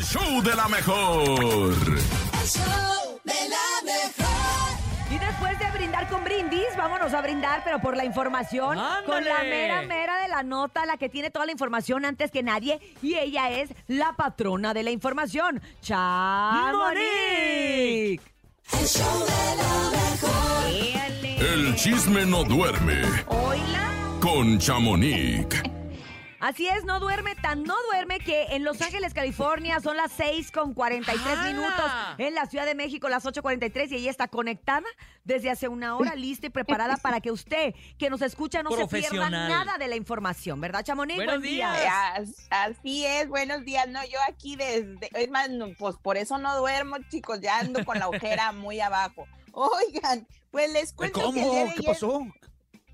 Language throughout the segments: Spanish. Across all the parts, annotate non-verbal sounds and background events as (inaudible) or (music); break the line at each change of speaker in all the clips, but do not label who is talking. show de la mejor.
El show de la mejor.
Y después de brindar con brindis, vámonos a brindar, pero por la información,
¡Ándale!
con la mera mera de la nota, la que tiene toda la información antes que nadie, y ella es la patrona de la información, Chamonix.
El show de la mejor.
El chisme no duerme
Hola.
con Chamonix.
Así es, no duerme tan, no duerme que en Los Ángeles, California, son las 6 con 43
¡Hala!
minutos.
Ah.
En la Ciudad de México, las 8.43 y ella está conectada desde hace una hora, lista y preparada
(laughs)
para que usted, que nos escucha, no se pierda
Profesional.
nada de la información, ¿verdad, Chamonix?
Buenos
Buen día.
días.
As- Así es, buenos días. No, yo aquí desde, es más, no, pues por eso no duermo, chicos, ya ando con la ojera muy abajo. Oigan, pues les cuento que el día de
¿Cómo? ¿Qué
ayer-
pasó?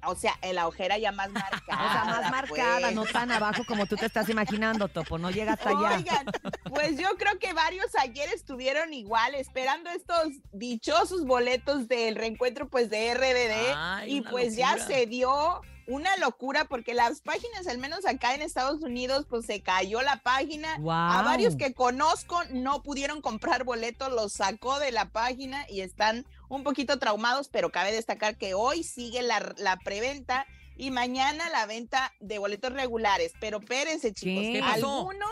o sea, en la ojera ya más marcada.
O sea, más marcada,
pues.
no tan abajo como tú te estás imaginando, Topo. No llega hasta allá.
Oigan, pues yo creo que varios ayer estuvieron igual esperando estos dichosos boletos del reencuentro pues de RBD
Ay,
y
una
pues
locura.
ya se dio una locura porque las páginas, al menos acá en Estados Unidos, pues se cayó la página. A
Guau.
varios que conozco no pudieron comprar boletos, los sacó de la página y están un poquito traumados, pero cabe destacar que hoy sigue la, la preventa y mañana la venta de boletos regulares. Pero espérense, chicos,
¿Qué?
¿Qué pasó?
algunos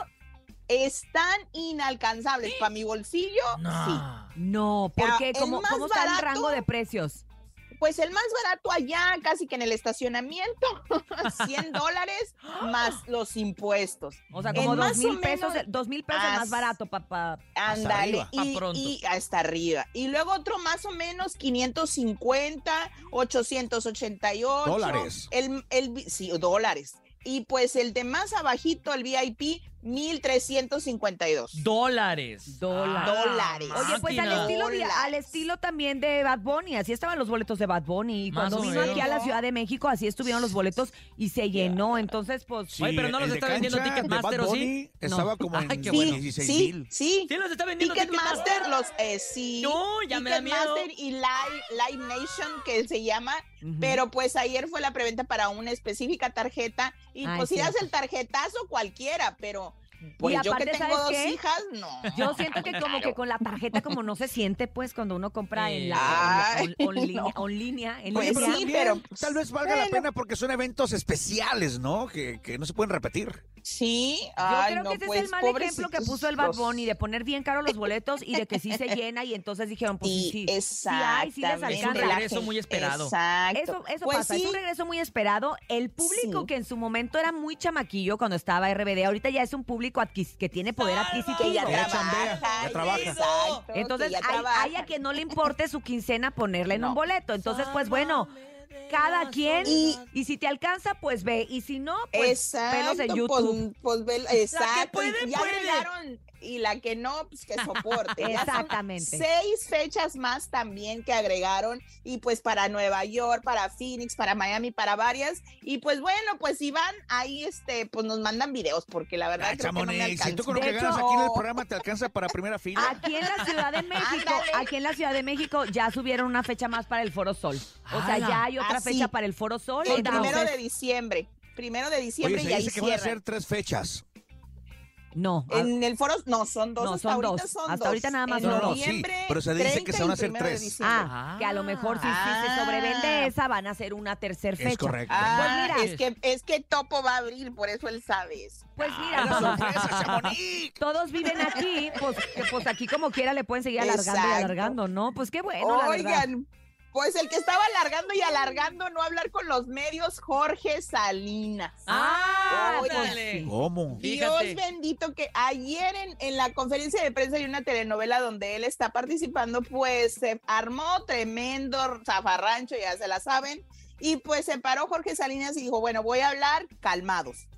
están inalcanzables. Para mi bolsillo, sí.
No.
No,
Ya,
porque
el
¿cómo,
más
cómo está el
barato-
rango de precios?
Pues el más barato allá, casi que en el estacionamiento, (laughs) 100 dólares más los impuestos.
O sea,
El
como dos
más
mil
o
pesos,
menos-
dos mil pesos más
As-
barato, papá.
Ándale,
arriba.
Pa'
y,
pronto.
y hasta arriba. Y luego otro más o menos 550, 888.
Dólares.
El, el, vi- sí, dólares. Y pues el de más abajito, el VIP, 1352.
Dólares. Ah.
Dólares.
Dólares.
Oye, pues al
máquina.
estilo, de-
Bolas.
al estilo también de Bad Bunny, así estaban los boletos de Bad Bunny. Y
Más
cuando
o
vino aquí a la
menos.
Ciudad de México, así estuvieron los boletos y se llenó. Entonces, pues,
Sí,
Oye, pero no los
el de
está vendiendo
cancha de
Ticketmaster,
Bad
¿o sí?
Bunny
No.
Estaba como
Ay,
en
qué
Sí,
bueno.
16
sí,
mil.
sí.
Sí, los está vendiendo
Ticketmaster, los, eh, sí.
No, ya me da miedo.
Ticketmaster y Live, Live Nation, que se llama,
Ujú.
pero pues ayer fue la preventa para una específica tarjeta y
Ay,
pues si das
cierto.
el tarjetazo cualquiera, pero pues yo que
aparte,
tengo
¿sabes
dos
qué?
hijas, no.
Yo siento que como que con la tarjeta como no se siente pues cuando uno compra en la
Eh, Ay,
en, la- on- on-
no.
línea- on línea, en
Pues
línea.
sí, pero,
Tal vez valga la
bueno.
pena porque son eventos especiales, ¿no? Que, que no se pueden repetir.
(laughs) Sí,
Yo
ay,
creo
no,
que ese es el
pues,
mal ejemplo que
pobrecitos
puso el Bad
los-
Bunny de poner bien caros los boletos y de que sí se
(laughs)
llena y entonces dijeron pues sí,
Sí,
sí. hay,
exactamente.
sí les alcanza.
la
Regreso
gente-
muy esperado.
Exacto.
Eso, eso
Pues
pasa, es
sí,
un regreso muy esperado. El público
Sí.
que en su momento era muy chamaquillo cuando estaba RBD, ahorita ya es un público adquis- que tiene poder adquisitivo.
que ya
Ya chambea,
trabaja,
ya trabaja.
exacto, que
Entonces,
ya
hay,
trabaja.
hay a quien no le importe su quincena ponerla en un
No.
boleto. Entonces, pues bueno, cada quien. Y,
Y-
si te alcanza, pues ve. Y si no, pues velos en
Exacto, pues,
YouTube.
pues, velo- exacto. y
puede,
ya
puede.
agregaron, y la que no, pues que soporte. Ya son
Exactamente.
Seis fechas más también que agregaron y pues para Nueva York, para Phoenix, para Miami, para varias. Y pues bueno, pues si van ahí, este, pues nos mandan videos porque la verdad
Ah,
creo que no me
Chamonix, si tú con lo
alcanza.
que
De
hecho-
ganas
Ah,
aquí en el programa te alcanza para primera fila.
Aquí en la Ciudad de México,
(laughs) Ándale.
aquí en la Ciudad de México ya subieron una fecha más para el Foro Sol. O sea,
¡Hala!
ya hay otra
Ah, sí.
fecha para el Foro Sol.
El primero
entonces-
de diciembre. Primero de
Oye,
diciembre
se
y ahí
dice que van a
cierran.
ser tres fechas.
No, a-
En el foro, no, son dos
No,
hasta
son
ahorita
dos.
son
Hasta
dos.
ahorita nada más
En
son dos.
noviembre,
No, no, sí, pero se dice que
30
se van a
y
hacer
primero de
tres.
diciembre.
ah, que a lo mejor si, si se
Ah.
sobrevende esa, van a hacer una tercera fecha.
Es correcto.
Ah,
Pues mira.
es que es que Topo va a abrir, por eso él sabe eso.
Pues
¡Era
mira,
sorpresa,
(laughs)
Chamonix!
todos viven aquí, pues, que, pues aquí como quiera le pueden seguir alargando y
Exacto.
alargando, ¿no? Pues qué bueno, la verdad.
Oigan, pues el que estaba alargando y alargando no hablar con los medios, Jorge Salinas.
¡Ah!
pues,
Oye,
ándale.
¿Cómo?
Dios
Fíjate.
bendito que ayer en, en la conferencia de prensa hay una telenovela donde él está participando, pues se armó tremendo zafarrancho, ya se la saben, y pues se paró Jorge Salinas y dijo, bueno, voy a hablar calmados.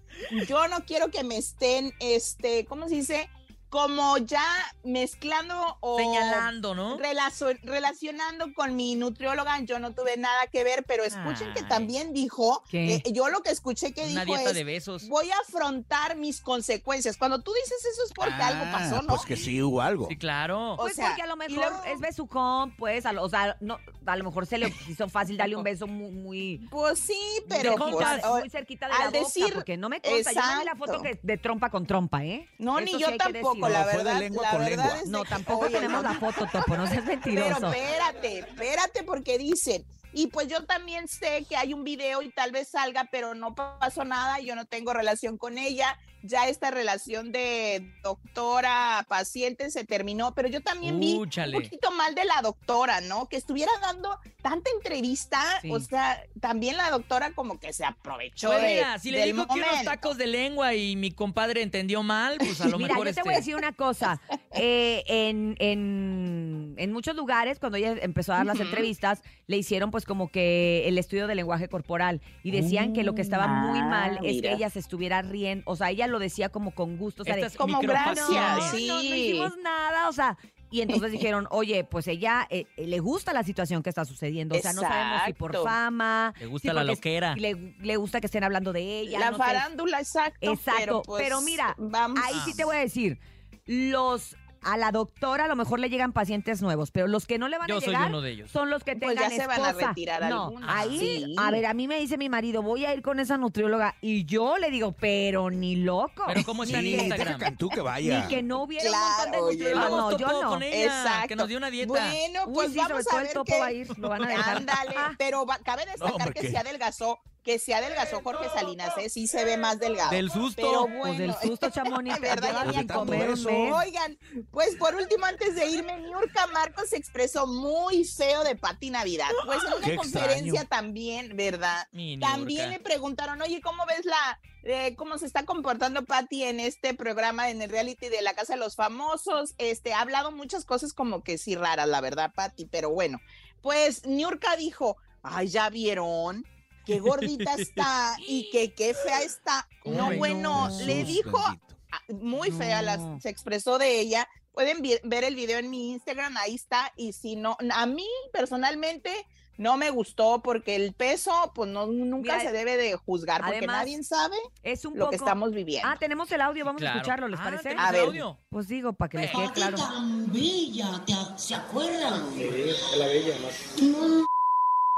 Yo no quiero que me estén, este, ¿cómo se dice? Como ya mezclando o
Señalando, ¿no?
relazo- relacionando con mi nutrióloga, yo no tuve nada que ver, pero escuchen que
Ay.
también dijo,
¿Qué?
eh, yo lo que escuché que
Una
dijo
dieta
es,
de
Pues
besos.
voy a afrontar mis consecuencias. Cuando tú dices eso es porque algo
Ah,
pasó, ¿no?
Pues que sí hubo algo.
Sí, claro.
O
Pues
sea,
porque a lo
y
mejor
luego-
es besucón, pues, a lo, o sea, no, a lo mejor se le hizo fácil darle un beso muy, muy,
Pues sí,
de
pero
compas,
pues, o-
muy cerquita de la
al
boca,
decir-
porque no me consta, yo no vi la foto que
Exacto.
de trompa con trompa, ¿eh?
no,
Eso
ni
sí
yo
hay que
tampoco, Topo, la
No, fue de
verdad.
lengua
la
con
verdad
lengua.
es de
No,
que-
tampoco
oye,
tenemos
no,
la foto, Topo, no seas
Pero
mentiroso.
espérate, espérate, porque dicen. Y pues yo también sé que hay un video y tal vez salga, pero no pasó nada, yo no tengo relación con ella. Ya esta relación de doctora paciente se terminó, pero yo también vi
Úchale.
un poquito mal de la doctora, ¿no? Que estuviera dando tanta entrevista,
Sí.
o sea, también la doctora como que se aprovechó
Pues
de,
mira, si le
del
dijo que unos
momento.
tacos de lengua y mi compadre entendió mal, pues
(laughs)
a lo
Mira,
mejor
yo te
este...
voy a decir una cosa. Eh, en, en- en muchos lugares, cuando ella empezó a dar las
Ujú.
entrevistas, le hicieron pues como que el estudio del lenguaje corporal y decían que lo que estaba muy
Ah,
mal es
mira.
que ella se estuviera riendo. O sea, ella lo decía como con gusto. O sea, de, "Ah,
Estas
como
no,
microfaciales.
gracias,
no,
sí.
no, no hicimos nada. O sea, y
(laughs)
entonces dijeron, oye, pues ella eh, eh, le gusta la situación que está sucediendo. O sea, no sabemos si por
Exacto.
fama,
Le gusta
Sí,
la
porque-
loquera.
le, le gusta que estén hablando de ella.
la
no sé.
farándula, exacto.
Exacto,
pero, pues,
pero mira,
vamos.
Ahí sí te voy a decir, los a la doctora a lo mejor le llegan pacientes nuevos, pero los que no le van
Yo
a
soy
llegar
uno de ellos.
son los que tengan
Pues ya se van a
esposa.
retirar
no,
algunos. Ah,
ahí,
Sí.
a ver, a mí me dice mi marido, voy a ir con esa nutrióloga y yo le digo, pero ni loco.
Pero ¿cómo está en
Sí, deja
Instagram?
Cantú que vaya.
Ni que no hubiera un montón de
Claro, oye,
nutriólogos.
Vamos,
(laughs) no,
Topo,
yo no.
con ella,
Exacto.
que nos dio una dieta.
Bueno,
Uy,
pues
sí, sobre
vamos
todo
a
el
ver
topo
qué-
va a ir, lo van a Ah. dejar.
Ándale, pero va- cabe destacar que
porque-
se adelgazó, que se adelgazó Jorge Salinas, ¿eh? sí se ve más delgado.
Del susto.
Pero
Pues
bueno,
Pues del susto, chamón, y
(laughs) Ay,
te
¿verdad?
llevan
Pues de
sin
tanto
comer un
eso.
mes.
Oigan, pues por último, antes de irme, Niurka Marcos se expresó muy feo de Pati Navidad. Pues en una
Qué
conferencia
extraño.
también, ¿verdad?
Mi
También le
Niurka.
preguntaron, oye, ¿cómo ves la, eh, cómo se está comportando Patty en este programa, en el reality de la Casa de los Famosos? Este, ha hablado muchas cosas como que sí raras, la verdad, Patty, pero bueno. Pues Niurka dijo, ay, ya vieron, qué
(laughs)
gordita está y que qué fea está. No,
Ay, no,
bueno,
Jesús
le dijo
bendito.
ah, muy fea, las-
No.
se expresó de ella. Pueden vi- ver el video en mi Instagram, ahí está. Y si no, a mí personalmente no me gustó porque el peso, pues no, nunca
Mira,
se debe de juzgar porque
además,
nadie sabe
Es un
lo que
poco...
estamos viviendo.
Ah, tenemos el audio, vamos a
Claro.
escucharlo, ¿les
Ah,
parece?
¿tenemos
A
el
ver.
audio?
Pues digo, para que les quede
Patita
claro.
Bella, ¿te- ¿se acuerdan?
Es la bella, más.
No,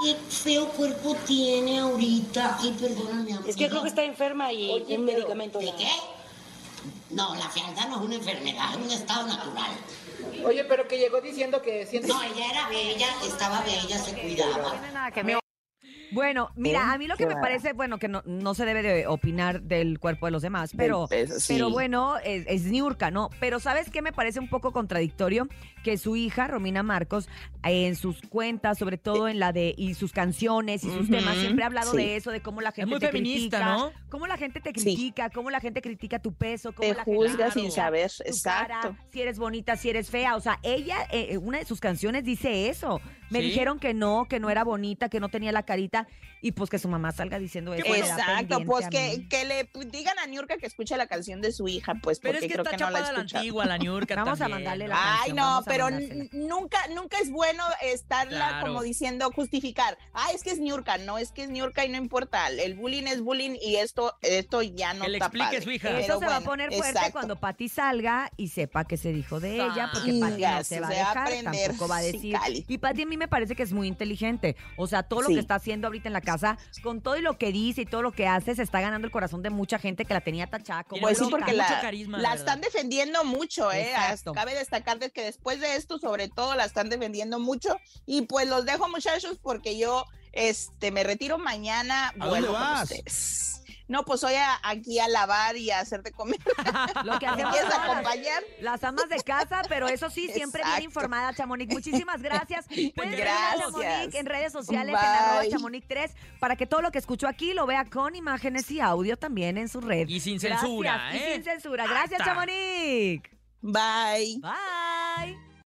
qué feo cuerpo tiene ahorita. Ay, perdóname, amiga.
Es que yo creo que está enferma y un medicamento.
¿De
la-
qué? No, la fealdad no es una enfermedad, es un estado natural.
Oye, pero que llegó diciendo que siente
No, ella era bella, estaba bella, se cuidaba.
Bueno, mira, a mí lo que me parece, bueno, que no, no se debe de opinar del cuerpo de los demás, pero,
Del peso, sí.
pero bueno, es, es Niurka, ¿no? Pero ¿sabes qué me parece un poco contradictorio? Que su hija, Romina Marcos, eh, en sus cuentas, sobre todo en la de, y sus canciones y sus
Ujú,
temas, siempre ha hablado
sí.
de eso, de cómo la gente
muy
te
feminista,
critica,
¿no?
cómo la gente te
Sí.
critica, cómo la gente critica tu peso, cómo
Te
la gente
juzga sin
Claro.
saber,
tu cara,
exacto.
si eres bonita, si eres fea. O sea, ella, eh, eh, una de sus canciones dice eso. Me
Sí.
dijeron que no, que no era bonita, que no tenía la carita y pues que su mamá salga diciendo eso. me da
Exacto,
pendiente
pues
a
que,
mí.
que le digan a Niurka que escuche la canción de su hija, pues
Pero es
porque
que
creo
está
que no la
chapada a la
escucha.
antigua, la Niurka
Vamos a
también,
mandarle
¿no?
la-
Ay,
canción,
no,
vamos a
pero
mandársela.
n- nunca, nunca es bueno estarla
Claro.
como diciendo, justificar. Ah, es que es Niurka, no, es que es Niurka y no importa. El bullying es bullying y esto, esto ya no
Que le
está
explique
padre.
su hija.
Pero
Eso se va a
bueno,
poner fuerte
exacto.
cuando Pati salga y sepa que se dijo de ella, porque Pati no
Ingas,
se va a
se va a
dejar,
aprender,
tampoco va a
sí,
decir.
Cali.
Y Pati a mí me parece que es muy inteligente. O sea, todo lo que
Sí.
está haciendo ahorita en la casa, con todo y lo que dice y todo lo que hace, se está ganando el corazón de mucha gente que la tenía tachada como
Pues sí,
loca.
porque
mucho
la,
carisma,
la
la
están defendiendo mucho, ¿eh?
Exacto.
Cabe destacar de que después de esto, sobre todo, la están defendiendo mucho. Y pues los dejo, muchachos, porque yo este, me retiro mañana.
¿A
vuelvo
dónde
con
vas?
ustedes. No, pues voy a- aquí a lavar y a hacerte
(laughs)
comer.
Lo
(laughs)
que
¿Me
hacemos todas
quieres
las-
acompañar?
Las amas de casa, pero eso sí, siempre bien
Exacto.
informada, Chamonix. Muchísimas
(laughs)
gracias. Pueden seguir a
Gracias.
Chamonix en redes sociales, en
Bye.
arroba Chamonix3, para que todo lo que escuchó aquí lo vea con imágenes y audio también en su red.
Y sin
Gracias,
censura,
Y
¿eh?
sin censura. Gracias,
Hasta.
Chamonix.
Bye.
Bye.